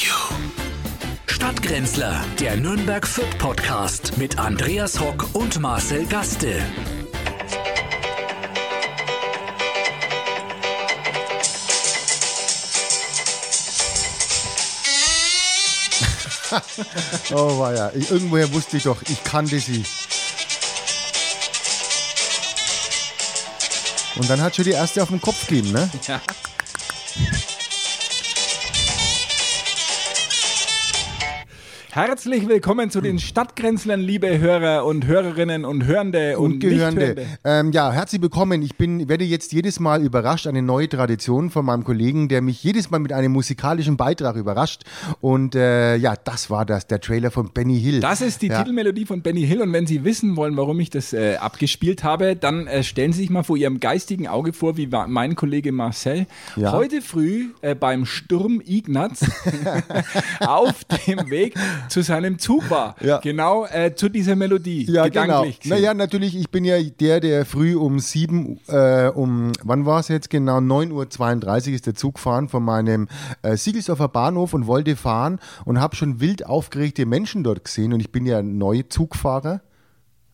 you. Stadtgrenzler, der Nürnberg Fit Podcast mit Andreas Hock und Marcel Gaste. Oh, war ja. Ich, irgendwoher wusste ich doch, ich kannte sie. Und dann hat schon die erste auf den Kopf gegeben, ne? Ja. Herzlich willkommen zu Hm. den Stadtgrenzlern, liebe Hörer und Hörerinnen und Hörende und, Und Gehörnde. Nichthörende. Ähm, ja, herzlich willkommen. Ich bin, werde jetzt jedes Mal überrascht, eine neue Tradition von meinem Kollegen, der mich jedes Mal mit einem musikalischen Beitrag überrascht. Und äh, ja, das war das, der Trailer von Benny Hill. Das ist die ja. Titelmelodie von Benny Hill und wenn Sie wissen wollen, warum ich das äh, abgespielt habe, dann äh, stellen Sie sich mal vor Ihrem geistigen Auge vor, wie wa- mein Kollege Marcel Ja. heute früh äh, beim Sturm Ignaz auf dem Weg zu seinem Zug war. Ja. Genau äh, zu dieser Melodie. Ja, genau. gedanklich gesehen. Naja, natürlich, ich bin ja der, der früh um 7, äh, um, wann war es jetzt genau? 9.32 Uhr ist der Zug gefahren von meinem äh, Siegelsdorfer Bahnhof und wollte fahren und habe schon wild aufgeregte Menschen dort gesehen und ich bin ja neu Zugfahrer.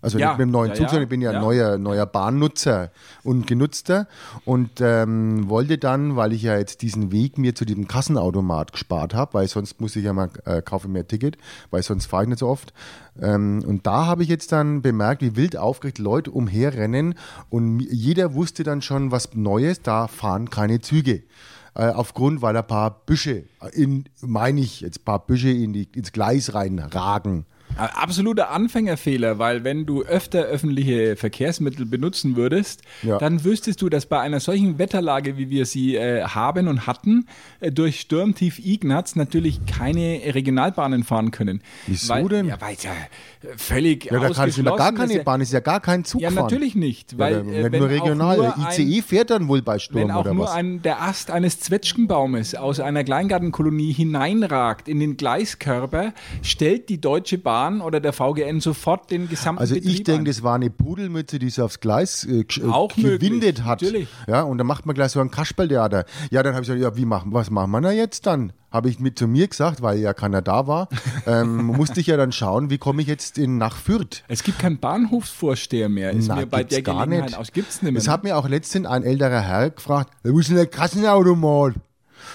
Also Ja, nicht mit dem neuen ja, Zug, ja, sondern ich bin ja, ja. neuer, neuer Bahnnutzer und Genutzter und ähm, wollte dann, weil ich ja jetzt diesen Weg mir zu diesem Kassenautomat gespart habe, weil sonst muss ich ja mal äh, kaufe mir ein Ticket, weil sonst fahre ich nicht so oft. Ähm, und da habe ich jetzt dann bemerkt, wie wild aufgeregt Leute umherrennen und mi- jeder wusste dann schon was Neues, da fahren keine Züge. Äh, Aufgrund, weil ein paar Büsche, in, meine ich jetzt, ein paar Büsche in die, ins Gleis reinragen. Absoluter Anfängerfehler, weil wenn du öfter öffentliche Verkehrsmittel benutzen würdest, Ja. dann wüsstest du, dass bei einer solchen Wetterlage, wie wir sie äh, haben und hatten, äh, durch Sturmtief Ignaz natürlich keine Regionalbahnen fahren können. Wieso weil, denn? Ja, weil es ja äh, völlig Ja, da kann ich immer gar ausgeschlossen keine ist. Bahn, ist ja gar kein Zug Ja, fahren. natürlich nicht, weil ja, äh, nicht wenn nur auch regional. nur der ein- ICE E fährt dann wohl bei Sturm wenn auch oder nur was? ein, der Ast eines Zwetschgenbaumes aus einer Kleingartenkolonie hineinragt in den Gleiskörper, stellt die Deutsche Bahn oder der VGN sofort den gesamten also Betrieb ich denke, ein. das war eine Pudelmütze, die sie aufs Gleis äh, gesch- äh, Auch möglich, gewindet hat. natürlich. Ja, und dann macht man gleich so ein Kasperltheater. Ja, dann habe ich gesagt, ja, wie machen, was machen wir da jetzt dann? Habe ich mit zu mir gesagt, weil ja keiner da war, ähm, musste ich ja dann schauen, wie komme ich jetzt in, nach Fürth. Es gibt keinen Bahnhofsvorsteher mehr, ist Na, mir bei der gibt's gar Gelegenheit nicht. aus. Gibt's nicht mehr. Es hat mir auch letztens ein älterer Herr gefragt, wo ist denn der Kassenautomat?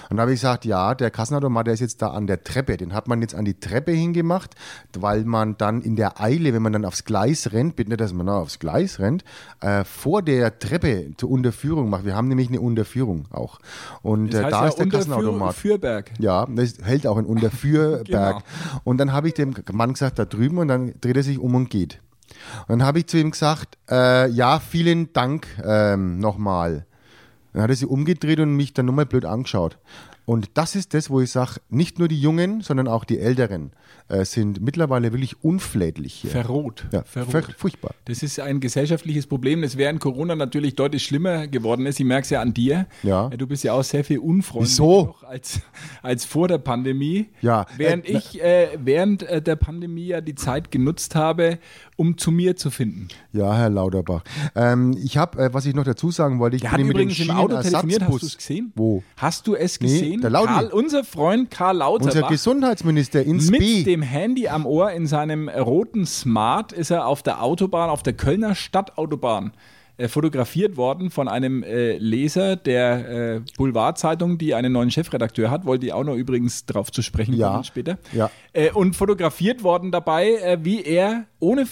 Und da habe ich gesagt, ja, der Kassenautomat, der ist jetzt da an der Treppe. Den hat man jetzt an die Treppe hingemacht, weil man dann in der Eile, wenn man dann aufs Gleis rennt, bitte nicht, dass man da aufs Gleis rennt, äh, vor der Treppe zur Unterführung macht. Wir haben nämlich eine Unterführung auch. Und äh, heißt da ja ist der unter Kassenautomat. Für, Fürberg. Ja, das hält auch in Unterfürberg. Genau. Und dann habe ich dem Mann gesagt, da drüben, und dann dreht er sich um und geht. Und dann habe ich zu ihm gesagt, äh, ja, vielen Dank ähm, nochmal. Dann hat er sich umgedreht und mich dann nochmal blöd angeschaut. Und das ist das, wo ich sage, nicht nur die Jungen, sondern auch die Älteren äh, sind mittlerweile wirklich unflätlich hier. Verrot. ja, ver Verrot. furchtbar. Das ist ein gesellschaftliches Problem, das während Corona natürlich deutlich schlimmer geworden ist. Ich merke es ja an dir. Äh, Ja. Du bist ja auch sehr viel unfreundlicher Wieso? noch als, als vor der Pandemie. Ja. Während Äh, na- ich äh, während äh, der Pandemie ja die Zeit genutzt habe, um zu mir zu finden. Ja, Herr Lauterbach. Ähm, ich habe, äh, was ich noch dazu sagen wollte, ich Der bin hat mit dem übrigens im Auto telefoniert. Hast du Schienenersatzbus. es gesehen? Wo? Hast du es Nee, gesehen? der Laudi. Karl, unser Freund Karl Lauterbach. Unser Gesundheitsminister ins Mit B. dem Handy am Ohr in seinem roten Smart ist er auf der Autobahn, auf der Kölner Stadtautobahn äh, fotografiert worden von einem äh, Leser der äh, Boulevardzeitung, die einen neuen Chefredakteur hat, wollte ich auch noch übrigens drauf zu sprechen Ja. kommen später. Ja. Äh, und fotografiert worden dabei, äh, wie er ohne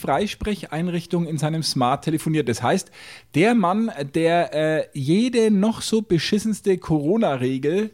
Freisprecheinrichtung in seinem Smart telefoniert. Das heißt, der Mann, der äh, jede noch so beschissenste Corona-Regel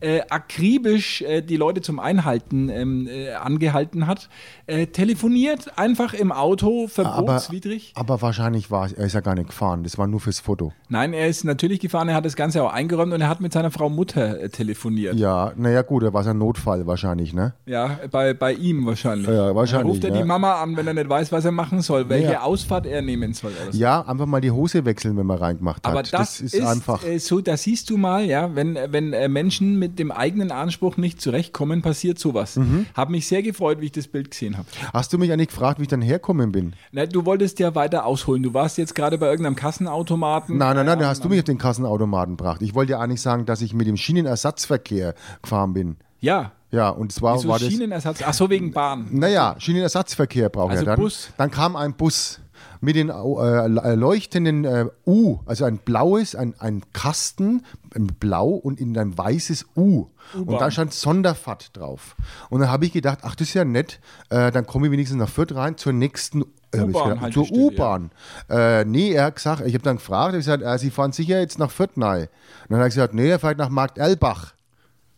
äh, akribisch äh, die Leute zum Einhalten ähm, äh, angehalten hat, äh, telefoniert einfach im Auto, aber, verbotswidrig. aber wahrscheinlich war er ist ja gar nicht gefahren. Das war nur fürs Foto. Nein, er ist natürlich gefahren, er hat das Ganze auch eingeräumt und er hat mit seiner Frau Mutter äh, telefoniert. Ja, naja, gut, da war es ein Notfall wahrscheinlich, ne? Ja, bei, bei ihm wahrscheinlich. Ja, wahrscheinlich, Dann ruft er ja. die Mama an, wenn er nicht weiß, was er machen soll, welche Ja. Ausfahrt er nehmen soll. Oder so. Ja, einfach mal die Hose wechseln, wenn man reingemacht hat. Aber das, ist, einfach. äh, so, da siehst du mal, ja, wenn, äh, wenn äh, Menschen mit dem eigenen Anspruch nicht zurechtkommen, passiert sowas. Mhm. Hab mich sehr gefreut, wie ich das Bild gesehen habe. Hast du mich eigentlich gefragt, wie ich dann herkommen bin? Na, du wolltest ja weiter ausholen. Du warst jetzt gerade bei irgendeinem Kassenautomaten. Nein, nein, nein, da hast du mich auf den Kassenautomaten gebracht. Ich wollte ja eigentlich sagen, dass ich mit dem Schienenersatzverkehr gefahren bin. Ja. Ja, und zwar Wieso war das. Schienenersatz? Ach so, wegen Bahn. Naja, Schienenersatzverkehr braucht Also er dann. Bus. Dann kam ein Bus mit den au- äh, leuchtenden äh, U, also ein blaues, ein, ein Kasten in Blau und in ein weißes U. Und da stand Sonderfahrt drauf. Und dann habe ich gedacht, ach, das ist ja nett, äh, dann komme ich wenigstens nach Fürth rein zur nächsten äh, hab ich U-Bahn, gedacht, zur Haltestelle, U-Bahn. Äh, nee, er hat gesagt, ich habe dann gefragt, er hat gesagt, äh, Sie fahren sicher jetzt nach Fürth rein. Und dann hat er gesagt, nee, er fährt nach Markt Elbach.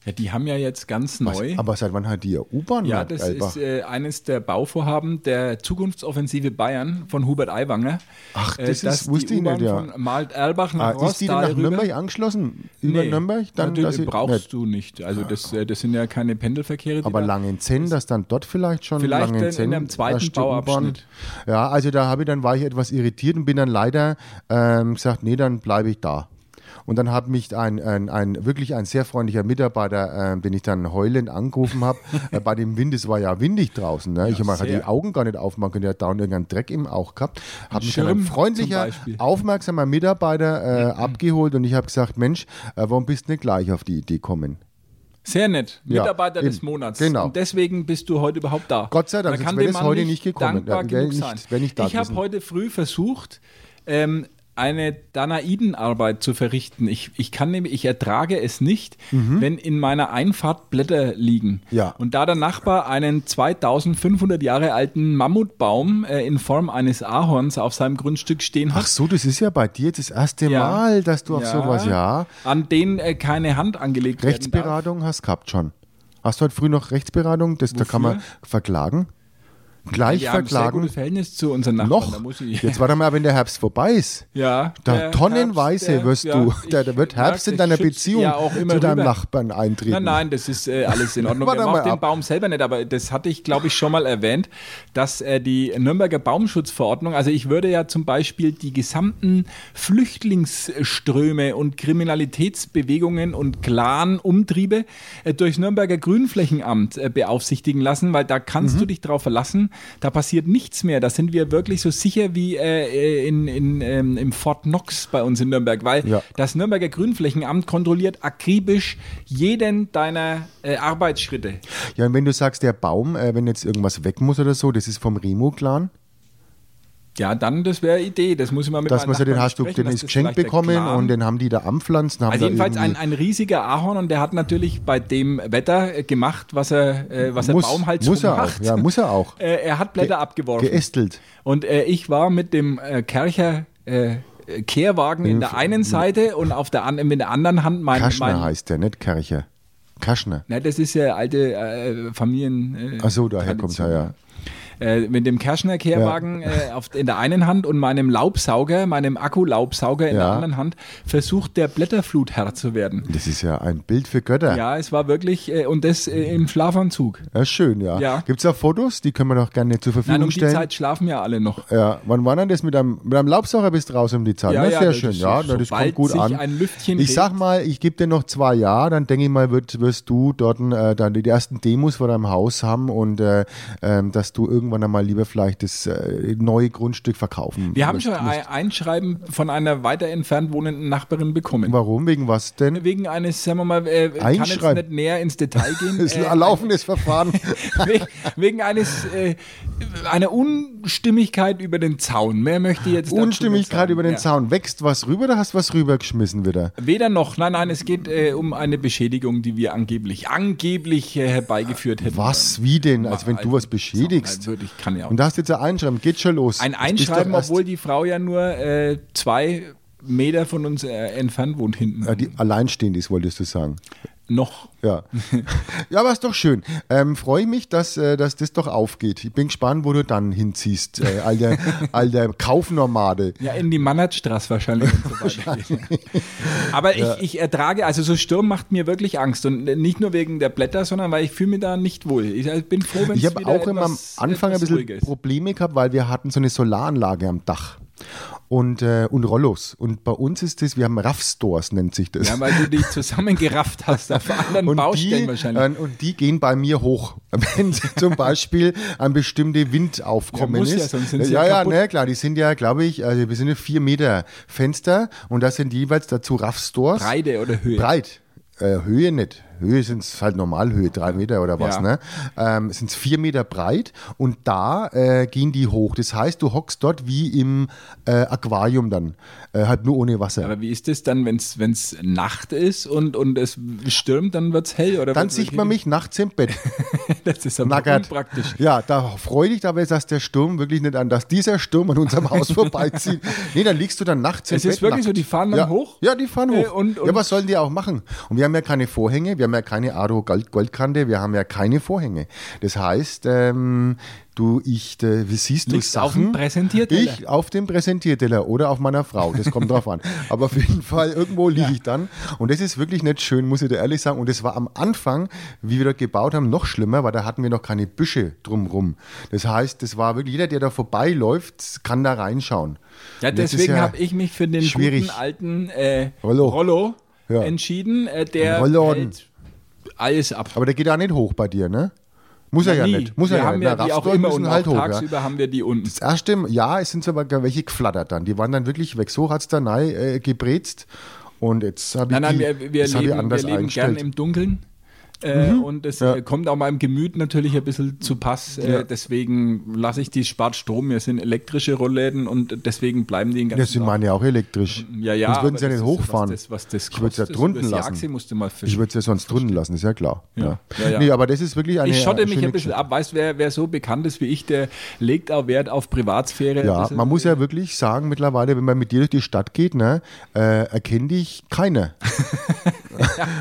Ja, die haben ja jetzt ganz neu. Aber seit wann hat die ja U-Bahn? Ja, Markt das Elbach? ist äh, eines der Bauvorhaben der Zukunftsoffensive Bayern von Hubert Aiwanger. Ach, Äh, das ist- dass die wusste ich nicht, U-Bahn ja. Von Malt Erlbach nach Ah, ist die denn Rostal nach rüber. Nürnberg angeschlossen? Über Nee, Nürnberg? Dann, natürlich dass sie- brauchst Nee. du nicht. Also das, äh, das sind ja keine Pendelverkehre. Die Aber da- Langenzenn, dass dann dort vielleicht schon Vielleicht dann in Langenzenn. einem zweiten da steht U-Bahn. Bauabschnitt. Ja, also da habe ich dann war ich etwas irritiert und bin dann leider ähm, gesagt, nee, dann bleibe ich da. Und dann hat mich ein, ein, ein wirklich ein sehr freundlicher Mitarbeiter, äh, den ich dann heulend angerufen habe, äh, bei dem Wind, es war ja windig draußen. Ne? ich habe mal sehr. die Augen gar nicht aufmachen können, der hat da irgendeinen Dreck im Auge gehabt. Hat mich dann Schirm ein zum freundlicher, Beispiel. Mhm. aufmerksamer Mitarbeiter äh, abgeholt und ich habe gesagt, Mensch, äh, warum bist du nicht gleich auf die Idee gekommen? Sehr nett. Ja, Mitarbeiter des eben. Monats. Genau. Und deswegen bist du heute überhaupt da. Gott sei Dank, Man sonst kann wäre dem das Mann heute nicht gekommen. Dankbar Ja, wäre genug nicht- sein. wäre nicht da ich habe gewesen. heute früh versucht, ähm, eine Danaidenarbeit zu verrichten. Ich, ich kann nämlich, ich ertrage es nicht, wenn in meiner Einfahrt Blätter liegen. Mhm. Ja. Und da der Nachbar einen 2500 Jahre alten Mammutbaum äh, in Form eines Ahorns auf seinem Grundstück stehen hat, Ach so, das ist ja bei dir jetzt das erste Ja. Mal, dass du auf Ja. sowas, ja. an den äh, keine Hand angelegt werden darf. Rechtsberatung hast gehabt schon. Hast du heute früh noch Rechtsberatung? Das, da kann man verklagen. Gleich Wir haben sehr verklagen. gutes Verhältnis zu unseren Nachbarn. Da Noch. muss ich, Jetzt warte mal, ab, wenn der Herbst vorbei ist. Ja. Da der tonnenweise Herbst, wirst der- du, ich da, da wird merk, Herbst in ich deiner schütz Beziehung ja auch immer zu deinem rüber. Nachbarn eintreten. Nein, nein, das ist äh, alles in Ordnung. Warte Wir mal machen den ab. Baum selber nicht, aber das hatte ich, glaube ich, schon mal erwähnt, dass äh, die Nürnberger Baumschutzverordnung, also ich würde ja zum Beispiel die gesamten Flüchtlingsströme und Kriminalitätsbewegungen und Clan-Umtriebe äh, durchs Nürnberger Grünflächenamt äh, beaufsichtigen lassen, weil da kannst du dich drauf verlassen, da passiert nichts mehr. Da sind wir wirklich so sicher wie äh, in, in, ähm, im Fort Knox bei uns in Nürnberg, weil Ja. das Nürnberger Grünflächenamt kontrolliert akribisch jeden deiner äh, Arbeitsschritte. Ja, und wenn du sagst, der Baum, äh, wenn jetzt irgendwas weg muss oder so, das ist vom Remo-Clan. Ja, dann, das wäre eine Idee. Das muss ich mal mit Dass meinen man sagt, den Nachbarn hast du, besprechen, den dass ist das geschenkt vielleicht der bekommen Clan- und den haben die da anpflanzt. Haben Also da jedenfalls irgendwie- ein, ein riesiger Ahorn und der hat natürlich bei dem Wetter äh, gemacht, was er, äh, was der Muss- Baum halt muss so er auch. macht. Ja, muss er auch. Äh, er hat Blätter abgeworfen. geästelt. Und äh, ich war mit dem äh, Kercher äh, äh, Kehrwagen in der einen Seite und auf der, an, mit der anderen Hand mein, Kaschner mein heißt der, nicht Kercher. Kaschner. Na, das ist ja alte äh, Familien. Äh, Ach so, daher kommt's ja, ja. Äh, mit dem Kerschner-Kehrwagen äh, auf, in der einen Hand und meinem Laubsauger, meinem Akkulaubsauger in der Ja. anderen Hand, versucht der Blätterflut Herr zu werden. Das ist ja ein Bild für Götter. Ja, es war wirklich, äh, und das äh, im Schlafanzug. Ja, schön, ja. Ja. Gibt es da Fotos? Die können wir doch gerne zur Verfügung Nein, um die stellen. Zeit schlafen ja alle noch. Ja, wann war denn das mit einem, mit einem Laubsauger bist du raus um die Zeit? Ja, Ja, ja, sehr das schön. ist ja, so- na, das kommt sobald gut sich an. ein Lüftchen ich sag regt. mal, ich gebe dir noch zwei Jahre, dann denke ich mal, wird, wirst du dort äh, dann die ersten Demos vor deinem Haus haben und äh, ähm, dass du irgendwann einmal lieber vielleicht das äh, neue Grundstück verkaufen Wir haben wirst- schon ein Einschreiben von einer weiter entfernt wohnenden Nachbarin bekommen. Warum? Wegen was denn? Wegen eines, sagen wir mal, äh, kann jetzt Einschreiben. nicht näher ins Detail gehen. Das ist äh, ein laufendes Verfahren. We- wegen eines äh, einer Unstimmigkeit über den Zaun. Mehr möchte ich jetzt dazu nicht Unstimmigkeit sagen. über den ja. Zaun. Wächst was rüber oder hast was rübergeschmissen wieder? Weder noch, nein, nein, es geht äh, um eine Beschädigung, die wir angeblich, angeblich äh, herbeigeführt hätten. Was? Wie denn? Beim Als wenn alten du was Ähm, Zaun. beschädigst. Nein, wirklich, kann ja auch. Und da hast du jetzt ein Einschreiben. Geht schon los. Ein Jetzt bist du Einschreiben, doch erst- obwohl die Frau ja nur äh, zwei Meter von uns äh, entfernt wohnt hinten. Ja, die alleinstehend ist, wolltest du sagen. noch. Ja. ja, aber ist doch schön. Ähm, Freue mich, dass, äh, dass das doch aufgeht. Ich bin gespannt, wo du dann hinziehst, äh, alter, alter Kaufnomade. Ja, in die Mannertstraße wahrscheinlich. Und so weiter. Aber ich, ich ertrage, also so Sturm macht mir wirklich Angst. Und nicht nur wegen der Blätter, sondern weil ich fühle mich da nicht wohl. Ich äh, bin froh, wenn es Ich habe wieder auch immer am etwas- Anfang ein etwas bisschen ruhiger ist. Probleme gehabt, weil wir hatten so eine Solaranlage am Dach und, äh, und Rollos. Und bei uns ist das, wir haben Raffstores, nennt sich das. Ja, weil du dich zusammengerafft hast auf anderen Baustellen die, wahrscheinlich. äh, und die gehen bei mir hoch, wenn zum Beispiel ein bestimmter Wind aufkommen Ja, muss ja, ist. sonst sind sie ja, ja ja, kaputt. ne, klar, die sind ja, glaube ich, also wir sind ja vier Meter Fenster und das sind jeweils dazu Raffstores. Breite oder Höhe. Breit. Äh, Höhe nicht. Höhe sind es halt Normalhöhe, drei Meter oder was, Ja. ne? Ähm, sind es vier Meter breit und da äh, gehen die hoch. Das heißt, du hockst dort wie im äh, Aquarium dann, äh, halt nur ohne Wasser. Aber wie ist das dann, wenn es Nacht ist und, und es stürmt, dann wird es hell? Oder dann wird's- sieht man mich nachts im Bett. Das ist aber Nackert. unpraktisch. Ja, da freue dich aber, dass der Sturm wirklich nicht an, dass dieser Sturm an unserem Haus vorbeizieht. Nee, dann liegst du dann nachts im Es Bett. ist wirklich nackt. so, die fahren dann ja. hoch? Ja, die fahren Äh, hoch. und- und- ja, was sollen die auch machen? Und wir haben ja keine Vorhänge, wir haben ja keine Aro Gold Goldkante, wir haben ja keine Vorhänge. Das heißt, ähm, du, ich, äh, wie siehst du Liegst auf Sachen? dem Präsentierteller. Ich auf dem Präsentierteller oder auf meiner Frau, das kommt drauf an. Aber auf jeden Fall, irgendwo liege ich dann. Und das ist wirklich nicht schön, muss ich dir ehrlich sagen. Und das war am Anfang, wie wir dort gebaut haben, noch schlimmer, weil da hatten wir noch keine Büsche drumrum. Das heißt, das war wirklich, jeder, der da vorbeiläuft, kann da reinschauen. Ja, Und das ist deswegen ja- habe ich mich für den schwierig. guten alten äh, Rollo. Ja. entschieden, äh, der Rollon. hält alles ab. Aber der geht auch nicht hoch bei dir, ne? Muss er ja Nie. nicht. Muss wir er ja haben nicht. ja Na, die auch Rapsdorf immer müssen und halt auch hoch, ja. tagsüber haben wir die unten. Das erste ja, es sind sogar welche geflattert dann. Die waren dann wirklich weg. So hat es dann rein, äh, gebrezt. Und jetzt habe ich, Nein, nein, die- wir, wir das hab ich leben, wir anders leben gern eingestellt. Mhm. im Dunkeln. Äh, Und es Ja. äh, kommt auch meinem Gemüt natürlich ein bisschen zu Pass. Äh, Ja. Deswegen lasse ich die, spart Strom. Wir sind elektrische Rollläden und deswegen bleiben die den ganzen Ja, sie Tag. waren ja auch elektrisch. Ja, ja. Sonst würden aber sie ja das nicht ist so, hochfahren. Was das, was das ich würde es ja kostet. drunten Übers lassen. Jaxi musste mal fischen. ich würde es ja sonst drunten lassen, ist ja klar. Ja. Ja, ja. Nee, aber das ist wirklich eine äh, Ich schotte mich schöne ein bisschen ab. Weißt du, wer, wer so bekannt ist wie ich, der legt auch Wert auf Privatsphäre. Ja, Das ist- man muss ja wirklich sagen, mittlerweile, wenn man mit dir durch die Stadt geht, ne, äh, erkenne dich keiner.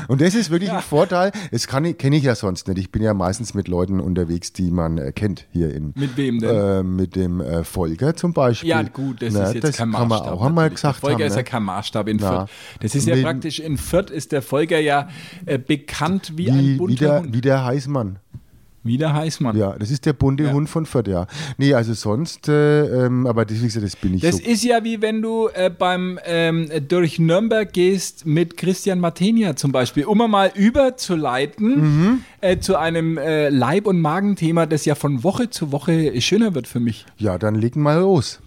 Und das ist wirklich ein Vorteil. Das kann ich- kenne ich ja sonst nicht. Ich bin ja meistens mit Leuten unterwegs, die man äh, kennt hier in. Mit wem denn? Äh, mit dem äh, Volker zum Beispiel. Ja, gut, das Na, ist jetzt das kein kann Maßstab. man auch einmal natürlich. gesagt der Volker haben. ist ja ne? kein Maßstab in Na. Fürth. Das ist ja Mit- praktisch, in Fürth ist der Volker ja äh, bekannt wie, ein wie, bunter wie, der, Hund. wie der Heißmann. Wie der Heißmann. Ja, das ist der bunte Hund von Fürth, ja. Nee, also sonst, äh, ähm, aber das, wie gesagt, das bin ich Das so. ist ja wie wenn du äh, beim ähm, durch Nürnberg gehst mit Christian Matenia zum Beispiel, um mal überzuleiten Mhm. äh, zu einem äh, Leib- und Magenthema, das ja von Woche zu Woche schöner wird für mich. Ja, dann legen wir mal los.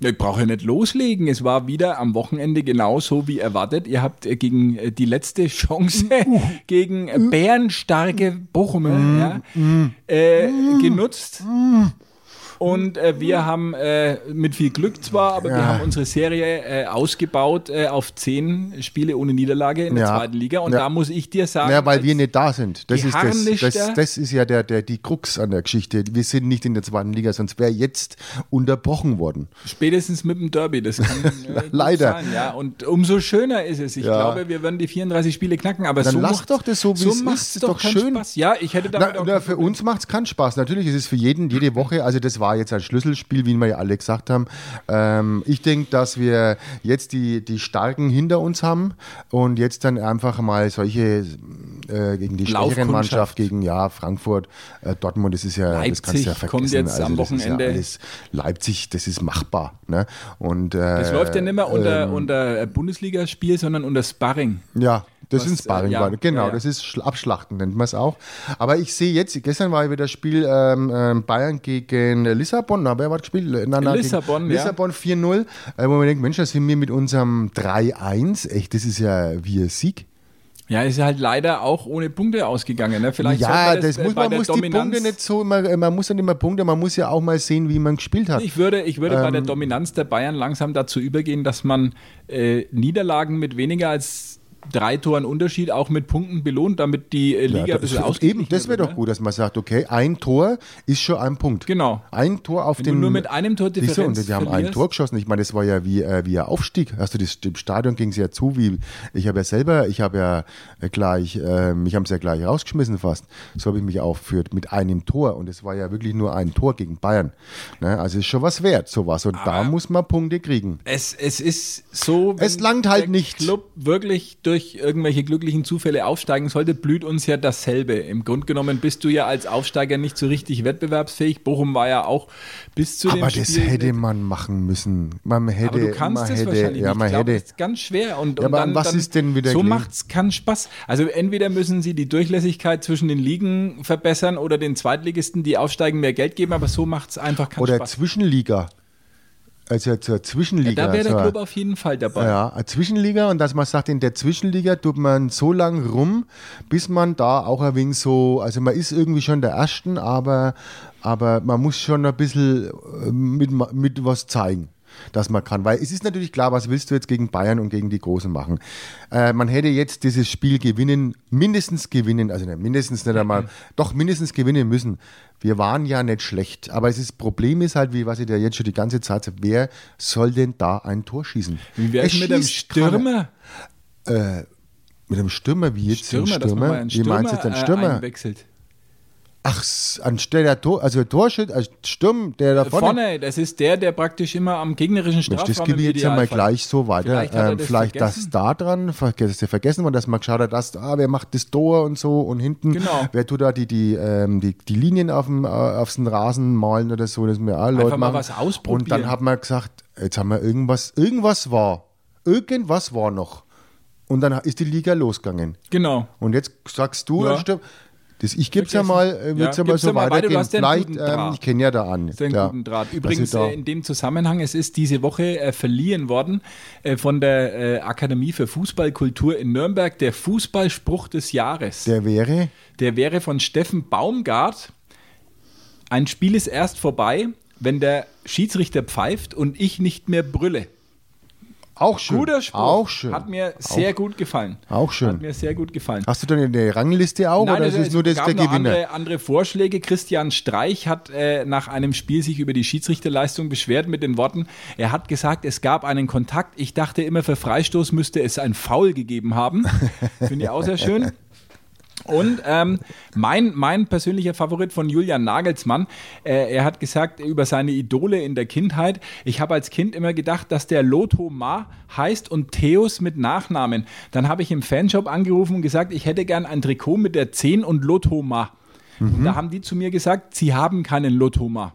Ich brauche ja nicht loslegen. Es war wieder am Wochenende genauso wie erwartet. Ihr habt äh, gegen äh, die letzte Chance Mm, uh. gegen äh, bärenstarke Bochumer ja, äh, mm. genutzt. Und äh, wir haben äh, mit viel Glück zwar, aber wir Ja. haben unsere Serie äh, ausgebaut äh, auf zehn Spiele ohne Niederlage in der Ja. zweiten Liga. Und Ja. da muss ich dir sagen, Ja, weil wir als- nicht da sind. Das die ist das. Harnlichter- das. Das ist ja der, der, die Krux an der Geschichte. Wir sind nicht in der zweiten Liga, sonst wäre jetzt unterbrochen worden. Spätens mit dem Derby, das kann äh, gut Leider. sein, ja. Und umso schöner ist es. Ich Ja. glaube, wir werden die 34 Spiele knacken, aber Dann so lass macht's- doch das so, wie so es ist. macht's Ist doch, doch keinen schön. Spaß. Ja, ich hätte Na, damit auch na, für uns macht es keinen Spaß. Natürlich ist es für jeden, jede Woche, also das war jetzt ein Schlüsselspiel, wie wir ja alle gesagt haben. Ähm, ich denke, dass wir jetzt die, die Starken hinter uns haben und jetzt dann einfach mal solche äh, gegen die schwächeren Laufkundschaft. Mannschaft, gegen ja, Frankfurt, äh, Dortmund, das ist ja, das kannst du ja Leipzig vergessen. Also, kommt jetzt am das ist Wochenende. Ja alles, Leipzig, das ist machbar. Ne? Und, äh, ähm. das läuft ja nicht mehr unter, unter äh, Bundesligaspiel, sondern unter Sparring. Ja, das Was, sind Sparring, äh, ja, genau, ja, ja. das ist Schl- Abschlachten, nennt man es auch. Aber ich sehe jetzt, gestern war ja wieder das Spiel ähm, ähm, Bayern gegen äh, Lissabon, na, wer war das Spiel? Na, na, gegen Lissabon, ja. Lissabon 4-0, äh, wo man denkt, Mensch, da sind wir mit unserem 3-1, echt, das ist ja wie ein Sieg. Ja, ist halt leider auch ohne Punkte ausgegangen. Ne? Vielleicht ja, sollte das, äh, muss, bei man der muss die Dominanz- Punkte nicht so immer, äh, man muss dann immer Punkte, man muss ja auch mal sehen, wie man gespielt hat. Ich würde, ich würde bei Ähm. der Dominanz der Bayern langsam dazu übergehen, dass man äh, Niederlagen mit weniger als drei Toren Unterschied auch mit Punkten belohnt, damit die äh, Liga ein das, bisschen eben, ausgeglichen das wäre wird, doch ne? gut, dass man sagt, okay, ein Tor ist schon ein Punkt. Genau. Ein Tor auf du dem. nur mit einem Tor Siehst du, Differenz Und die haben ein verlierst. Tor geschossen. Ich meine, das war ja wie, äh, wie ein Aufstieg. Hast du das im Stadion ging es ja zu, wie ich habe ja selber, ich habe ja äh, gleich, äh, mich haben sie ja gleich rausgeschmissen fast. So habe ich mich aufgeführt mit einem Tor. Und es war ja wirklich nur ein Tor gegen Bayern. Ne? Also ist schon was wert, sowas. Und Ah. da muss man Punkte kriegen. Es, es ist so, wenn Es langt halt der nicht. Club wirklich durch irgendwelche glücklichen Zufälle aufsteigen sollte, blüht uns ja dasselbe. Im Grunde genommen bist du ja als Aufsteiger nicht so richtig wettbewerbsfähig. Bochum war ja auch bis zu dem Aber das Spiel. hätte man machen müssen. Man hätte, aber du kannst man es hätte, wahrscheinlich ja, nicht. man ich glaube, hätte. das ist ganz schwer. Und, Ja, und aber dann, was dann, ist denn wieder So gelegen? macht's keinen Spaß. Also entweder müssen sie die Durchlässigkeit zwischen den Ligen verbessern oder den Zweitligisten, die aufsteigen, mehr Geld geben, aber so macht's einfach keinen Oder Spaß. Zwischenliga. Also zur Zwischenliga. Da wäre der so, Club auf jeden Fall dabei. ja, eine Zwischenliga und dass man sagt, in der Zwischenliga tut man so lang rum, bis man da auch ein wenig so, also man ist irgendwie schon der Ersten, aber, aber man muss schon ein bisschen äh, mit, mit was zeigen. Dass man kann, weil es ist natürlich klar, was willst du jetzt gegen Bayern und gegen die Großen machen. Äh, man hätte jetzt dieses Spiel gewinnen, mindestens gewinnen, also nicht, mindestens nicht einmal, doch mindestens gewinnen müssen. Wir waren ja nicht schlecht, aber es ist Problem ist halt, wie was ich dir jetzt schon die ganze Zeit sage, wer soll denn da ein Tor schießen? Wie wäre es mit einem schießt keiner. Stürmer? Mit einem Stürmer, wie jetzt ein dass man Stürmer? mal einen wie meinst du jetzt einen äh, Stürmer? einwechselt. Ach, s- anstelle der Tor, also Torschütze, also Sturm, der da vorne. Äh, Vorne, das ist der, der praktisch immer am gegnerischen Mensch, Strafraum das gebe ich im jetzt einmal Idealfall- gleich so weiter. Vielleicht hat er ähm, das vielleicht das vergessen. da dran, vergessen, ja vergessen worden, dass man geschaut hat, dass, ah, wer macht das Tor und so und hinten, Genau. wer tut da die, die, ähm, die, die Linien auf dem, äh, auf den Rasen malen oder so, das mir alle Leute mal machen. was ausprobieren. Und dann haben wir gesagt, jetzt haben wir irgendwas, irgendwas war, irgendwas war noch. Und dann ist die Liga losgegangen. Genau. Und jetzt sagst du, Ja. dann stimmt. Das, ich gebe es ja Vergessen. mal, äh, wird's Ja, ja, mal gib's so ja mal weiter, du weitergehen. hast ja einen Vielleicht, guten ähm, Draht. ich kenne ja da an. Ist ja einen ja, guten Draht. dass ich Übrigens, da- äh, in dem Zusammenhang, es ist diese Woche äh, verliehen worden äh, von der äh, Akademie für Fußballkultur in Nürnberg der Fußballspruch des Jahres. der wäre. Der wäre von Steffen Baumgart. Ein Spiel ist erst vorbei, wenn der Schiedsrichter pfeift und ich nicht mehr brülle. Auch schön. Guter Spruch. Auch schön. Hat mir sehr gut gefallen. Auch schön. Hat mir sehr gut gefallen. Hast du dann in der Rangliste auch oder das- ist es nur das gab der noch Gewinner? Andere, andere Vorschläge. Christian Streich hat äh, nach einem Spiel sich über die Schiedsrichterleistung beschwert mit den Worten, er hat gesagt, es gab einen Kontakt. Ich dachte immer, für Freistoß müsste es ein Foul gegeben haben. Finde ich auch sehr schön. Und ähm, mein, mein persönlicher Favorit von Julian Nagelsmann, äh, er hat gesagt über seine Idole in der Kindheit, ich habe als Kind immer gedacht, dass der Lotho Ma heißt und Theos mit Nachnamen. Dann habe ich im Fanshop angerufen und gesagt, ich hätte gern ein Trikot mit der 10 und Lotho Ma. Und da haben die zu mir gesagt, sie haben keinen Lotho Ma.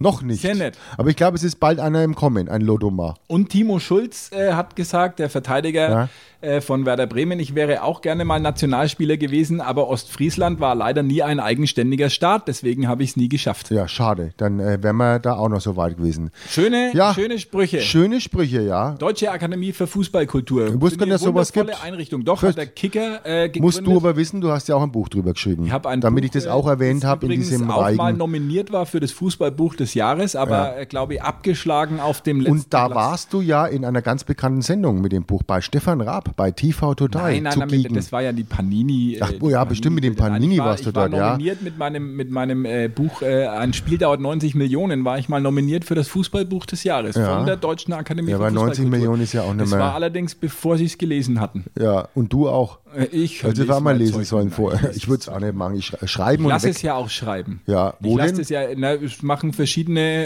Noch nicht. Sehr nett. Aber ich glaube, es ist bald einer im Kommen, ein Lodoma. Und Timo Schulz äh, hat gesagt, der Verteidiger äh, von Werder Bremen, ich wäre auch gerne mal Nationalspieler gewesen, aber Ostfriesland war leider nie ein eigenständiger Staat, deswegen habe ich es nie geschafft. Ja, schade. Dann äh, wären wir da auch noch so weit gewesen. Schöne, Ja. schöne Sprüche. Schöne Sprüche, ja. Deutsche Akademie für Fußballkultur. Ich wusste gar nicht, dass sowas Wundervolle gibt. Einrichtung. Doch, Gut. hat der Kicker äh, gegründet. Musst du aber wissen, du hast ja auch ein Buch drüber geschrieben. Ich hab ein damit Buch, ich das äh, auch erwähnt das habe in übrigens diesem auch mal eigenen. nominiert war für das Fußballbuch des Jahres, aber äh, glaube ich abgeschlagen auf dem letzten Und da Platz. warst du ja in einer ganz bekannten Sendung mit dem Buch bei Stefan Raab, bei TV Total. Nein, nein, zu nein, Gegen. das war ja die Panini. äh, Ach, die oh ja, bestimmt mit dem Bilder. Nein, Panini ich war, warst du ich war dort, ja. nominiert mit meinem, mit meinem äh, Buch äh, Ein Spiel dauert 90 Millionen, war ich mal nominiert für das Fußballbuch des Jahres Ja. von der Deutschen Akademie Ja, für aber 90 Fußballkultur. Millionen ist ja auch nicht Das mehr- war allerdings, bevor sie es gelesen hatten. ja, und du auch. Äh, Ich Also lese wir haben mal mein lesen Zeug sollen nicht. vorher. Nein, Ich würde es auch nicht machen. Ich schrei- schreiben Ich und lasse weg. es ja auch schreiben. Ja, ich wo lasse denn? es ja, na, es machen verschiedene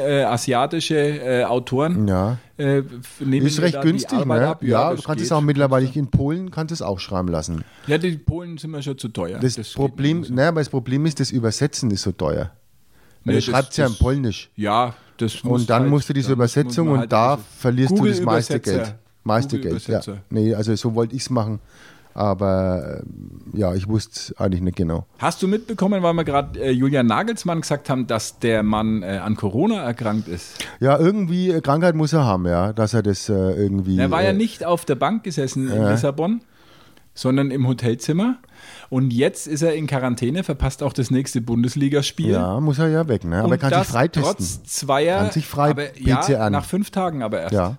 äh, asiatische äh, Autoren. Ja. Äh, f- nehmen Ist mir recht da die günstig, Arbeit ne? ab. Ja, das du kannst geht. es auch mittlerweile in Polen kannst du es auch schreiben lassen. Ja, die Polen sind mir schon zu teuer. Das, geht Problem, nicht. ne, aber das Problem ist, das Übersetzen ist so teuer. Weil du Nee, das- schreibst ja in das- Polnisch. Ja, das muss Und dann halt, musst du diese dann muss- Übersetzung muss man und halt da diese- verlierst du das meiste Google-Übersetzer. Geld. Meiste Geld. Ja. Google-Übersetzer. Nee, also so wollte ich es machen. Aber ähm, ja, ich wusste eigentlich nicht genau. Hast du mitbekommen, weil wir gerade äh, Julian Nagelsmann gesagt haben, dass der Mann äh, an Corona erkrankt ist? Ja, irgendwie äh, Krankheit muss er haben, ja, dass er das äh, irgendwie. Er war äh, ja nicht auf der Bank gesessen in Lissabon, sondern im Hotelzimmer. Und jetzt ist er in Quarantäne, verpasst auch das nächste Bundesligaspiel. Ja, muss er ja weg, ne? Aber Und er kann sich das freitesten. Trotz zweier, Kann sich frei- aber, ja, PCR. nach fünf Tagen aber erst. Ja.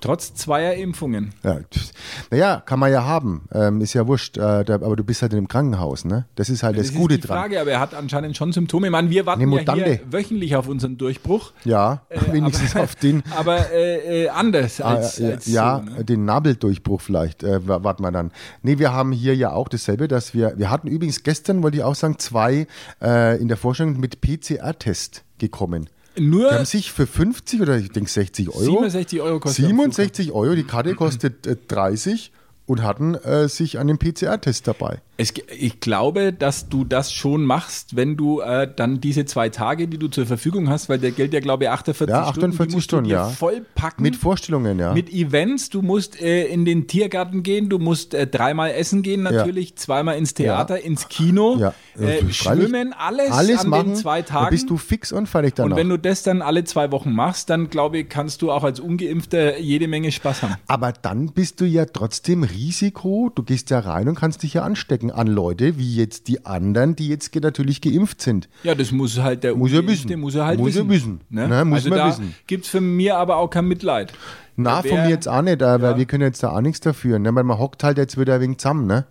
Trotz zweier Impfungen. Ja, pf, naja, kann man ja haben. Ähm, ist ja wurscht. Äh, da, aber du bist halt in einem Krankenhaus, ne? Das ist halt das, Das Gute ist die dran. Frage, aber er hat anscheinend schon Symptome. Ich meine, wir warten Nemo ja hier Dande. wöchentlich auf unseren Durchbruch. Äh, Ja, wenigstens auf den. Aber äh, äh, anders als, Ah, ja, als ja, so, ne? den Nabeldurchbruch vielleicht, äh, wa- warten wir dann. Nee, wir haben hier ja auch dasselbe, dass wir, wir hatten übrigens gestern, wollte ich auch sagen, zwei äh, in der Vorstellung mit PCR-Test gekommen. Die Nur haben sich für 50 oder ich denke 60 Euro. 67 Euro kostet 67 Euro, die Karte kostet äh, 30 und hatten äh, sich einen PCR-Test dabei. Es, ge- ich glaube, dass du das schon machst, wenn du äh, dann diese zwei Tage, die du zur Verfügung hast, weil der gilt ja, glaube ich, 48 Ja, Stunden. die 48 musst du Stunden, dir ja. vollpacken. Mit Vorstellungen, ja. Hm? Mit Events, du musst äh, in den Tiergarten gehen, du musst äh, dreimal essen gehen natürlich, zweimal ins Theater, ins Kino, ja. äh, freilich. schwimmen, alles, alles an machen, den zwei Dann Tagen. bist du fix und fertig danach. und wenn du das dann alle zwei Wochen machst, dann glaube ich, kannst du auch als Ungeimpfter jede Menge Spaß haben. Aber dann bist du ja trotzdem Risiko. Du gehst ja rein und kannst dich ja anstecken an Leute, wie jetzt die anderen, die jetzt ge- natürlich geimpft sind. Ja, das muss halt der Muss er Ungeimpfte wissen. Muss er halt Muss er wissen. wissen. Ne? Ne, muss also man da wissen. gibt's für mir aber auch kein Mitleid. Na, Wer- von mir jetzt auch nicht, aber wir können jetzt da auch nichts dafür. Ne? Weil man hockt halt jetzt wieder wegen zusammen, ne?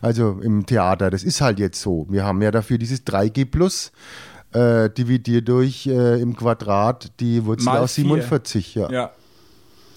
Also im Theater, das ist halt jetzt so. Wir haben ja dafür dieses 3G Plus äh, dividiert durch äh, im Quadrat die Wurzel Mal aus vier. 47. Ja. Ja.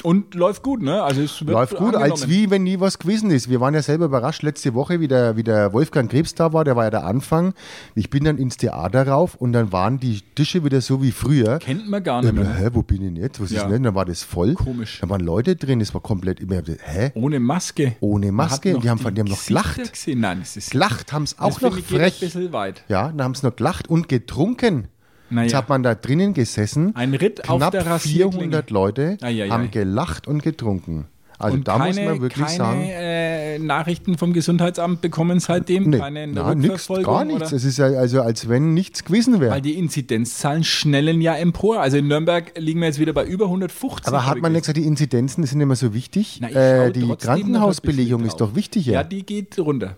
Und läuft gut, ne? Also es wird Läuft gut, als angenommen. wie wenn nie was gewesen ist. Wir waren ja selber überrascht letzte Woche, wie der, wie der Wolfgang Krebs da war, der war ja der Anfang. Ich bin dann ins Theater rauf und dann waren die Tische wieder so wie früher. Kennt man gar Ich nicht hab mir mehr. gedacht, Hä, wo bin ich denn jetzt? Was Ja. ist denn? Dann war das voll. Komisch. Da waren Leute drin, es war komplett immer. Hä? Ohne Maske. Ohne Man hat Maske. noch Die haben von- die haben noch Gesichter gelacht. Gesehen. Nein, das ist Gelacht haben es das auch finde noch ich geht Ein frech. bisschen weit. Ja, dann haben es noch gelacht und getrunken. Naja. Jetzt hat man da drinnen gesessen. Ein Ritt auf Knapp der Rasierklinge. 400 Leute Ei, ei, ei. haben gelacht und getrunken. Also Und da keine, muss man wirklich keine, sagen. Äh, Nachrichten vom Gesundheitsamt bekommen seitdem? Nee, Keine na, nix, Rückverfolgung gar nichts. oder- Es ist ja also, als wenn nichts gewesen wäre. Weil die Inzidenzzahlen schnellen ja empor. Also in Nürnberg liegen wir jetzt wieder bei über 150. Aber hat hab ich man nicht gesagt, die Inzidenzen sind immer so wichtig? Na, ich schau äh, die trotzdem noch ein Krankenhausbelegung bisschen ist doch drauf. wichtig, Ja, ja. die geht runter.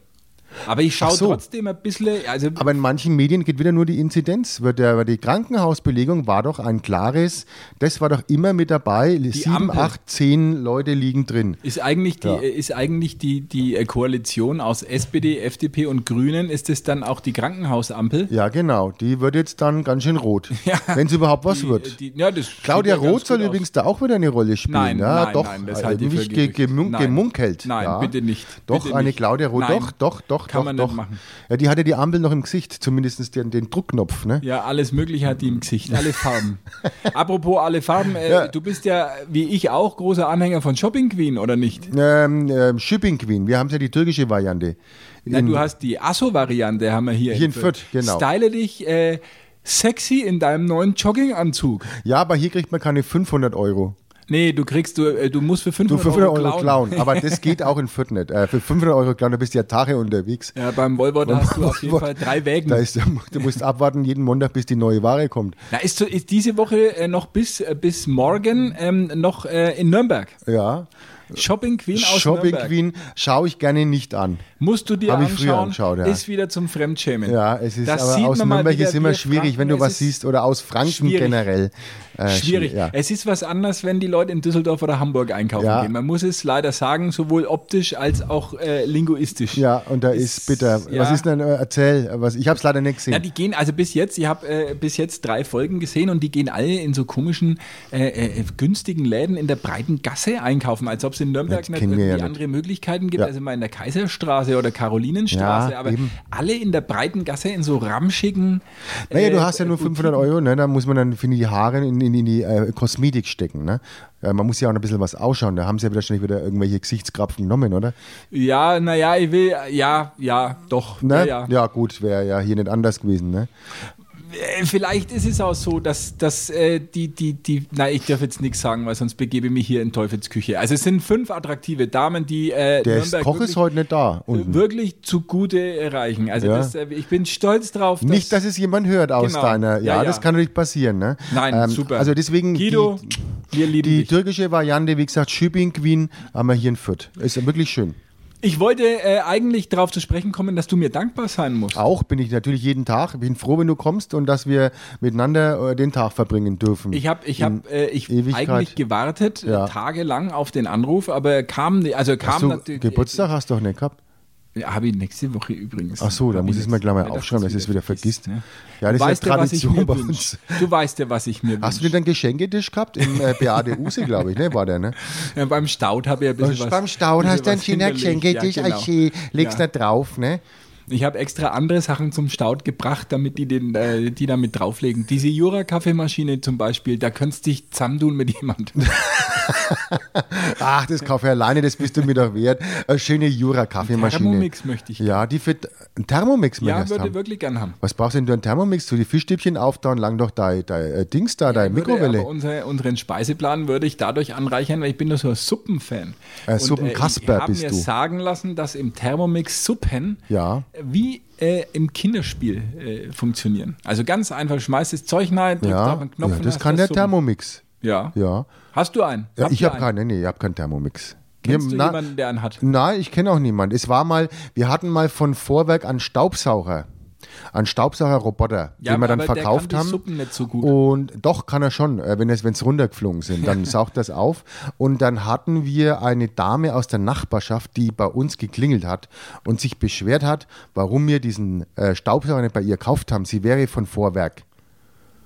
Aber ich schaue Ach so. trotzdem ein bisschen, also aber in manchen Medien geht wieder nur die Inzidenz. Wird der- Aber die Krankenhausbelegung war doch ein klares, das war doch immer mit dabei. Sieben, Ampel. acht, zehn Leute liegen drin. ist eigentlich die, Ja. ist eigentlich die, die äh, Koalition aus SPD, FDP und Grünen, ist es dann auch die Krankenhausampel? Ja, genau. Die wird jetzt dann ganz schön rot. Wenn es überhaupt was Die- äh, wird. die- ja, das Claudia sieht ja ganz Roth soll gut aus. übrigens da auch wieder eine Rolle spielen. Nein, ja, nein, doch, nein, das halte ich mich für ge gerücht. gemunk- Nein. gemunkelt. Nein, ja. bitte nicht. Doch, Bitte eine nicht. Claudia Roth, Nein. doch, doch, doch, Kann doch, man doch. nicht machen. Ja, die hatte die Ampel noch im Gesicht, zumindest den, den Druckknopf, ne? Ja, alles Mögliche hat die im Gesicht, alle Farben. Apropos alle Farben, äh, Ja. du bist ja wie ich auch großer Anhänger von Shopping Queen, oder nicht? Ähm, ähm, Shipping Queen, wir haben ja die türkische Variante. Nein, du hast die Asso-Variante, haben wir hier. Hier in Fürth, genau. Style dich äh, sexy in deinem neuen Jogginganzug. Ja, aber hier kriegt man keine 500 Euro. Nee, du kriegst, du, äh, du musst für Du 500, 500 Euro, klauen. klauen. aber das geht auch in Fürth nicht. Äh, für 500 Euro klauen, da bist du ja Tage unterwegs. Ja, beim Volvo, da hast du auf jeden Fall drei Wägen. Da ist, du musst abwarten jeden Montag, bis die neue Ware kommt. Na, ist, so- ist diese Woche äh, noch bis, äh, bis morgen ähm, noch äh, in Nürnberg. Ja. Shopping Queen aus Shopping Nürnberg. Queen schaue ich gerne nicht an. Musst du dir Hab ich anschauen, früher angeschaut, ja. ist wieder zum Fremdschämen. Ja, es ist Das sieht aber aus man mal Nürnberg wieder, ist immer wir schwierig, wenn du Franken, was es ist siehst oder aus Franken schwierig. generell. Äh, Schwierig. schwier- Ja. Es ist was anderes, wenn die Leute in Düsseldorf oder Hamburg einkaufen Ja. gehen. Man muss es leider sagen, sowohl optisch als auch äh, linguistisch. ja, und da ist bitter. ja. Was ist denn äh, erzähl? Was ich habe es leider nicht Ja, gesehen. die gehen, also bis jetzt, ich habe äh, bis jetzt drei Folgen gesehen und die gehen alle in so komischen, äh, äh, günstigen Läden in der breiten Gasse einkaufen, als ob es in Nürnberg Das nicht kennen wir irgendwie ja nicht. andere Möglichkeiten gibt, Ja. also mal in der Kaiserstraße oder Karolinenstraße, Ja, aber eben. alle in der breiten Gasse in so ramschigen. naja, du äh, hast ja nur Boutiquen. 500 Euro, ne? da muss man dann finde ich, die Haare in, in, in die äh, Kosmetik stecken. Ne? Äh, man muss ja auch noch ein bisschen was ausschauen. Da haben sie ja wahrscheinlich wieder irgendwelche Gesichtskrapfen genommen, oder? Ja, naja, ich will, ja, ja, doch. Ne? Ja, ja. gut, wäre ja hier nicht anders gewesen. Ne? Äh, Vielleicht ist es auch so, dass, dass äh, die, die, die, na, ich darf jetzt nichts sagen, weil sonst begebe ich mich hier in Teufelsküche. Also es sind fünf attraktive Damen, die äh, Der ist- Koch wirklich, äh, ist heute nicht da. Unten. wirklich zugute erreichen. Also Ja. das, äh, ich bin stolz drauf, dass, Nicht, dass es jemand hört aus Genau. deiner. Ja, Ja, das ja. kann natürlich passieren. Ne? Nein, Ähm, super. Also deswegen. Guido, die- wir lieben Die dich. türkische Variante, wie gesagt, Schübing, Queen, haben wir hier in Fürth. Ist ja wirklich schön. Ich wollte äh, eigentlich darauf zu sprechen kommen, dass du mir dankbar sein musst. Auch bin ich natürlich jeden Tag, bin froh, wenn du kommst und dass wir miteinander äh, den Tag verbringen dürfen. Ich habe ich hab, In äh, ich Ewigkeit. eigentlich gewartet, äh, Ja. tagelang auf den Anruf, aber kam, ni- also Hast kam du natürlich. Geburtstag hast du doch nicht gehabt. Ja, habe ich nächste Woche übrigens. Ach so, da Hab muss ich es mir gleich mal nächste- aufschreiben, dass Ja, ich es wieder vergisst. ne? Ja, das ist Weißt du, ja was ich Tradition mir bei wünsch? uns. Du weißt ja, was ich mir Hast du wünsch. denn einen Geschenketisch gehabt? Im äh, Beate Use, glaube ich, ne? War der, ne? Ja, beim Staud habe ich ein bisschen was. Beim Staud bisschen hast du einen was schönen hingelegt. Geschenketisch, Ja, ja, genau. legst Ja. da drauf, ne? Ich habe extra andere Sachen zum Staud gebracht, damit die, den, äh, die da mit drauflegen. Diese Jura-Kaffeemaschine zum Beispiel, da könntest du dich zusammentun mit jemandem. Ach, das Kaffee alleine, das bist du mir doch wert. Eine schöne Jura-Kaffeemaschine. Thermomix möchte ich. Ja, die fit. Ein Thermomix Ja, möchtest du würde haben. wirklich gern haben. Was brauchst du denn du einen Thermomix? So die Fischstäbchen auftauen, lang doch dein, dein äh, Dings da, deine Würde Mikrowelle. Aber unsere, unseren Speiseplan würde ich dadurch anreichern, weil ich bin nur so ein Suppenfan. Äh, Und, Suppenkasper ich habe bist mir du. sagen lassen, dass im Thermomix Suppen Ja. wie äh, im Kinderspiel äh, funktionieren. Also ganz einfach, schmeißt das Zeug rein, drückst Ja, auf einen Knopf ja, und das hast kann der das Suppen. Thermomix. Ja. Ja. Hast du einen? ja Habt ich ihr habe einen? keinen, nee, ich habe keinen Thermomix. Kennst Wir- du na- jemanden, der einen hat? Nein, ich kenne auch niemanden. Es war mal, wir hatten mal von Vorwerk einen Staubsauger. Einen Staubsaugerroboter, Ja, den wir dann aber der verkauft kann die haben. Suppen nicht so gut. Und doch kann er schon, äh, wenn es wenn's runtergeflogen sind, dann saugt das auf. Und dann hatten wir eine Dame aus der Nachbarschaft, die bei uns geklingelt hat und sich beschwert hat, warum wir diesen äh, Staubsauger nicht bei ihr gekauft haben. Sie wäre von Vorwerk.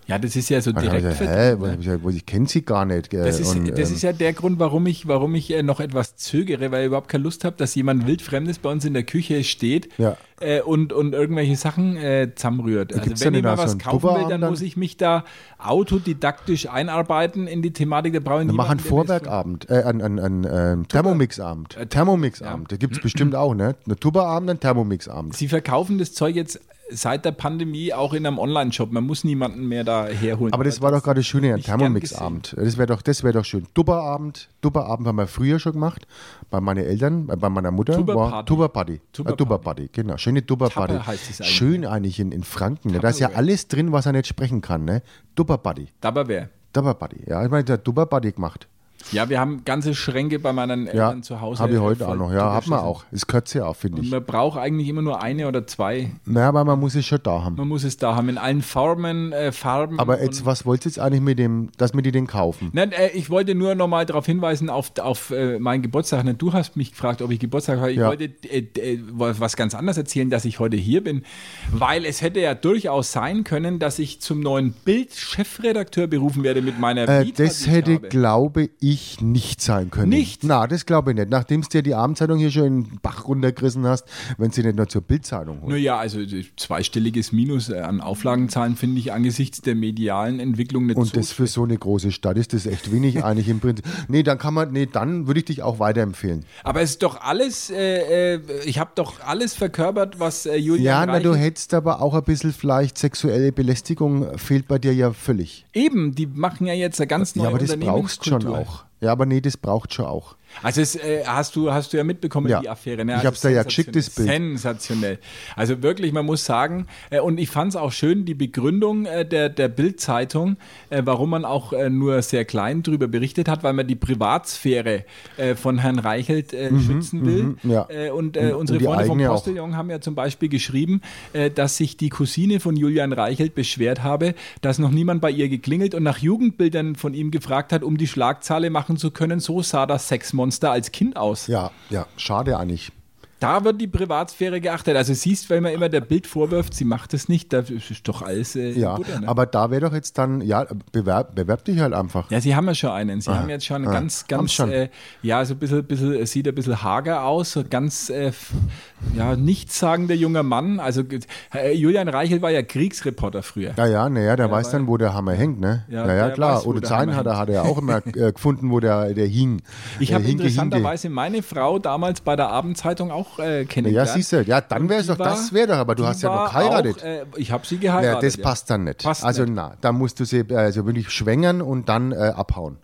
Ja, das ist ja so Dann direkt. hab ich gesagt, verdient, Also, hä, ne? was, was, was, ich kenne sie gar nicht. äh, Das ist, und, das ähm, ist ja der Grund, warum ich, warum ich äh, noch etwas zögere, weil ich überhaupt keine Lust habe, dass jemand wildfremdes bei uns in der Küche steht Ja. äh, und, und irgendwelche Sachen äh, zusammenrührt. gibt's Also denn wenn ich immer mal so was einen kaufen will, Pufferarm dann, dann? muss ich mich da autodidaktisch einarbeiten in die Thematik. Da brauche ich Wir niemanden, machen der Äh, Vorwerkabend, äh, an, an, an ähm, Thermomixabend. Thermomixabend, da gibt Mhm. es bestimmt auch, ne? Eine Tupperabend, ein das- Thermomixabend. Sie verkaufen das Zeug jetzt seit der Pandemie auch in einem Online-Shop. Man muss niemanden mehr da herholen. Aber das war doch gerade das Schöne, ein nicht gern Thermomixabend. Das wäre doch, das wär doch schön. Tupperabend, Tupperabend haben wir früher schon gemacht, bei meinen Eltern, äh, bei meiner Mutter. Tupperparty. war Tupperparty. Tupperparty. Äh, Tupperparty, genau. Schöne Tupperparty. Tapper heißt es eigentlich. ne? Schön eigentlich in, in Franken. Ne? Da ist ja Tupperware. alles drin, was er nicht sprechen kann, ne? Tupperparty. Dabei wäre. Tupperparty. Ja, ich meine, der Tupperparty gemacht. Ja, wir haben ganze Schränke bei meinen Eltern Ja, zu Hause. habe ich äh, heute auch voll noch. Ja, hat man zugeschissen. auch. Es kürzt ja auch, finde Und ich. man braucht eigentlich immer nur eine oder zwei Na, aber man muss es schon da haben. Man muss es da haben, in allen Formen, äh, Farben. Aber jetzt, was wollt ihr jetzt eigentlich mit dem, dass wir die den kaufen? Nein, äh, ich wollte nur nochmal darauf hinweisen, auf, auf äh, meinen Geburtstag. Ne, Du hast mich gefragt, ob ich Geburtstag habe. Ich Ja. wollte äh, äh, was ganz anderes erzählen, dass ich heute hier bin, weil es hätte ja durchaus sein können, dass ich zum neuen Bild-Chefredakteur berufen werde mit meiner Äh, Vita, die das ich hätte, habe. glaube ich, nicht sein können. Nicht? Na, das glaube ich nicht. Nachdem du dir die Abendzeitung hier schon in den Bach runtergerissen hast, wenn sie nicht nur zur Bildzeitung holt. Naja, also äh, zweistelliges Minus äh, an Auflagenzahlen finde ich angesichts der medialen Entwicklung nicht Und so das für so eine große Stadt ist das echt wenig eigentlich im Prinzip. Nee, dann kann man, nee, dann würde ich dich auch weiterempfehlen. Aber es ist doch alles, äh, äh, ich habe doch alles verkörpert, was äh, Ja, Julian na, du Reichelt- hättest aber auch ein bisschen vielleicht sexuelle Belästigung fehlt bei dir ja völlig. Eben, die machen ja jetzt eine ganz neue Ja, aber das brauchst schon Unternehmenskultur. auch. Ja, aber nee, das braucht schon auch. Also es, äh, hast, du, hast du ja mitbekommen, Ja. die Affäre. Ne? Ich Also hab's dir ja geschickt, das Bild. Sensationell. Also wirklich, man muss sagen, äh, und ich fand es auch schön, die Begründung äh, der, der Bild-Zeitung, äh, warum man auch äh, nur sehr klein drüber berichtet hat, weil man die Privatsphäre äh, von Herrn Reichelt äh, schützen will. Mhm, ja. äh, und äh, unsere die Freunde vom eigene auch. Postillon haben ja zum Beispiel geschrieben, äh, dass sich die Cousine von Julian Reichelt beschwert habe, dass noch niemand bei ihr geklingelt und nach Jugendbildern von ihm gefragt hat, um die Schlagzeile machen zu können. So sah das Sexmonster als Kind aus. Ja, ja, schade eigentlich. Da wird die Privatsphäre geachtet. Also siehst, wenn man immer der Bild vorwirft, sie macht es nicht, das ist doch alles äh, in Ja, Butter, ne? aber da wäre doch jetzt dann, ja, bewerb, bewerb dich halt einfach. Ja, sie haben ja schon einen. Sie haben jetzt schon einen ganz, Haben's ganz, schon. Äh, ja, so ein bisschen, bisschen, es sieht ein bisschen hager aus, so ganz, äh, f- ja, nichtssagender junger Mann. Also ge- äh, Julian Reichel war ja Kriegsreporter früher. Ja, ja, naja, der weiß dann, wo der Hammer hängt, ne? Ja, Ja, naja, der klar. weiß, wo Oder der Hammer Zein hat er, hängt. hat er auch immer äh, gefunden, wo der, der hing. Ich Der habe hinke, hinke. interessanterweise meine Frau damals bei der Abendzeitung auch äh, Ja, kennengelernt. siehst du, ja, dann Und wäre es die doch, war- das wäre doch, aber du die hast ja noch war geheiratet. Auch, äh, ich habe sie ja, geheiratet. das ja. passt dann nicht. Passt also, nicht. na, da musst du sie äh, also wirklich schwängern und dann äh, abhauen.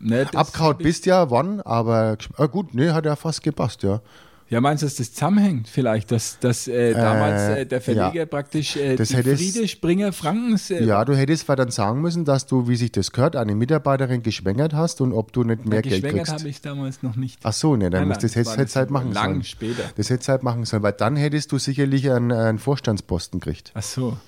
Ne, das- Abgehauen bist ja, wann, aber gesch- ah, gut, ne, hat ja fast gepasst, ja. Ja, meinst du, dass das zusammenhängt vielleicht, dass, dass äh, damals äh, der Verleger ja. praktisch äh, Das die hätte es- Friede Springer Frankens äh, Ja, du hättest zwar dann sagen müssen, dass du, wie sich das gehört, eine Mitarbeiterin geschwängert hast und ob du nicht mehr Geld geschwängert kriegst. habe ich damals noch nicht. Ach so, ne, dann Nein, musst nein, das hättest das du jetzt war halt machen lang sollen. später. Das hättest du halt machen sollen, weil dann hättest du sicherlich einen, äh, einen Vorstandsposten gekriegt. Ach so.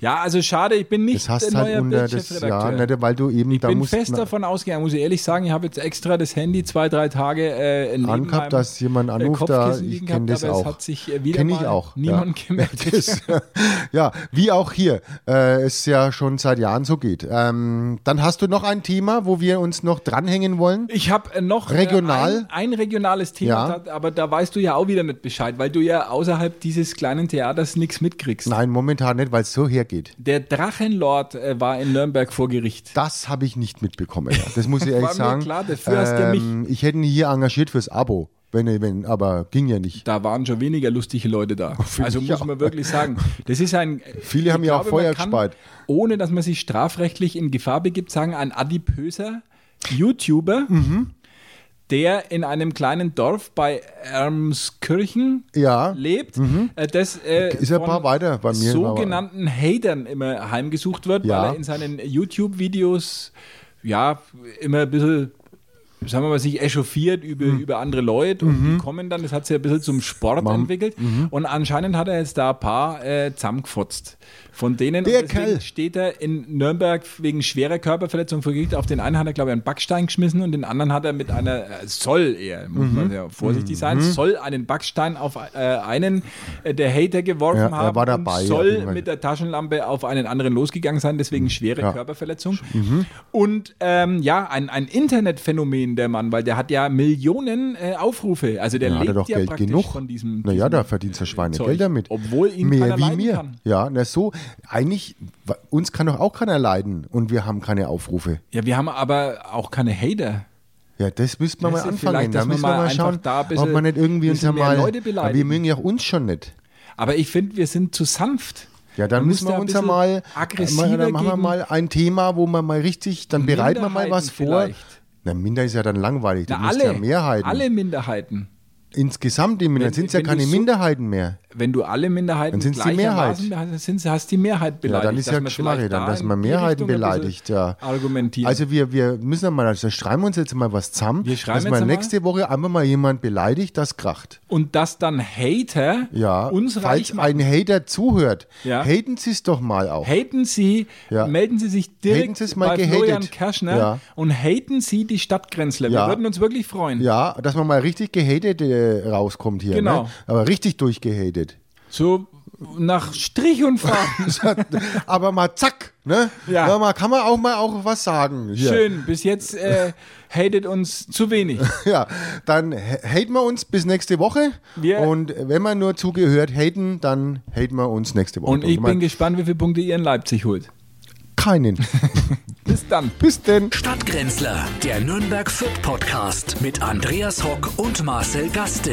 Ja, also schade, ich bin nicht Das hast der halt neue unter das ja, Bildchefredakteur. ne, weil du eben ich da bin musst fest na- davon ausgegangen, muss ich ehrlich sagen, ich habe jetzt extra das Handy zwei, drei Tage äh, neben angehabt, meinem, dass jemand äh, anruft, da, Kopfkissen ich liegen kenne gehabt, das aber auch. Es hat sich äh, wieder Kenn ich mal auch. niemand ja. gemeldet. Das, ja, wie auch hier. Äh, es ja schon seit Jahren so geht. Ähm, dann hast du noch ein Thema, wo wir uns noch dranhängen wollen. Ich habe äh, noch äh, Regional? ein, ein regionales Thema, Ja. da- aber da weißt du ja auch wieder nicht Bescheid, weil du ja außerhalb dieses kleinen Theaters nichts mitkriegst. Nein, momentan nicht, weil es so hergeht. Der Drachenlord äh, war in Nürnberg vor Gericht. Das habe ich nicht mitbekommen. Ja. Das muss ich ehrlich War mir sagen. Ähm, klar, dafür hast du mich. Ich hätte ihn hier engagiert fürs Abo, wenn, er- wenn, aber ging ja nicht. Da waren schon weniger lustige Leute da. Finde also ich muss auch. man wirklich sagen, das ist ein. Viele ich haben ja auch glaube, man Feuer kann, gespart. Ohne dass man sich strafrechtlich in Gefahr begibt, sagen ein adipöser YouTuber, Mhm. der in einem kleinen Dorf bei Ermskirchen Ja. Mhm. lebt, äh, das äh, Ist ein paar weiter bei mir, sogenannten Hatern immer heimgesucht wird, Ja. weil er in seinen YouTube-Videos ja immer ein bisschen sagen wir mal, sich echauffiert über, Mhm. über andere Leute und die kommen dann, das hat sich ein bisschen zum Sport entwickelt Mhm. und anscheinend hat er jetzt da ein paar äh, zusammengefotzt. Von denen und Der deswegen Kerl. steht er in Nürnberg wegen schwerer Körperverletzung vor Gericht. Auf den einen hat er, glaube ich, einen Backstein geschmissen und den anderen hat er mit einer, äh, soll er, muss Mhm. man ja vorsichtig sein, soll einen Backstein auf äh, einen äh, der Hater geworfen Ja, er haben war dabei, und auf soll jeden Fall. Mhm. mit der Taschenlampe auf einen anderen losgegangen sein, deswegen schwere Ja. Mhm. Körperverletzung. Und ähm, ja, ein, ein Internetphänomen der Mann, weil der hat ja Millionen äh, Aufrufe. Also der Da hat er lebt doch ja Geld praktisch genug. von diesem. naja, diesem da verdient er Zeug, Schweinegeld damit. Obwohl ihn Mehr keiner wie leiden mir. kann. Ja, na so. Eigentlich, wa- uns kann doch auch keiner leiden und wir haben keine Aufrufe. Ja, wir haben aber auch keine Hater. Ja, das müsste man mal Weißt du, anfangen. vielleicht, dass Da man müssen wir mal mal einfach schauen, da ein bisschen- ob man nicht irgendwie uns bisschen ja mehr mal. Leute Aber wir beleidigen. mögen ja auch uns schon nicht. Aber ich finde, wir sind zu sanft. Ja, dann Man muss müssen wir da ein uns ja bisschen mal, aggressiver mal dann machen wir gegen- mal ein Thema, wo man mal richtig, dann bereiten wir mal was vor. Minderheiten vielleicht. Na, Minder ist ja dann langweilig, du Na, musst alle, ja Mehrheiten. alle Minderheiten. Insgesamt, die Minderheiten Wenn- sind ja wenn du keine so- Minderheiten mehr. Wenn du alle Minderheiten Dann sind's die gleichermaßen behandelst, sind's- hast die Mehrheit Ja, beleidigt. dann ist dass ja man Geschmarre, vielleicht dann, da dass in man die Mehrheiten Richtung ein bisschen beleidigt. Ja. Argumentieren. Also wir, wir müssen ja mal, also schreiben wir uns jetzt mal was zusammen, Wir schreiben dass jetzt man mal- nächste Woche einmal mal jemand beleidigt, das kracht. Und dass dann Hater Ja, uns reich falls machen. ein Hater zuhört, Ja. haten Sie es doch mal auch. Haten Sie, Ja. melden Sie sich Haten direkt Sie es mal bei gehatet. Florian Kerschner Ja. und haten Sie die Stadtgrenzler. Ja. Wir würden uns wirklich freuen. Ja, dass man mal richtig gehatet äh, rauskommt hier. Genau. Ne? Aber richtig durchgehatet. So nach Strich und Faden. Aber mal zack, ne? Ja. mal kann man auch mal auch was sagen. Hier. Schön, bis jetzt äh, hatet uns zu wenig. Ja, dann h- haten wir uns bis nächste Woche. Wir- Und wenn wir nur zugehört haten, dann haten wir uns nächste Woche. Und ich mein, bin gespannt, wie viele Punkte ihr in Leipzig holt. keinen. Bis dann. bis denn. Stadtgrenzler, der Nürnberg Fit Podcast mit Andreas Hock und Marcel Gaste.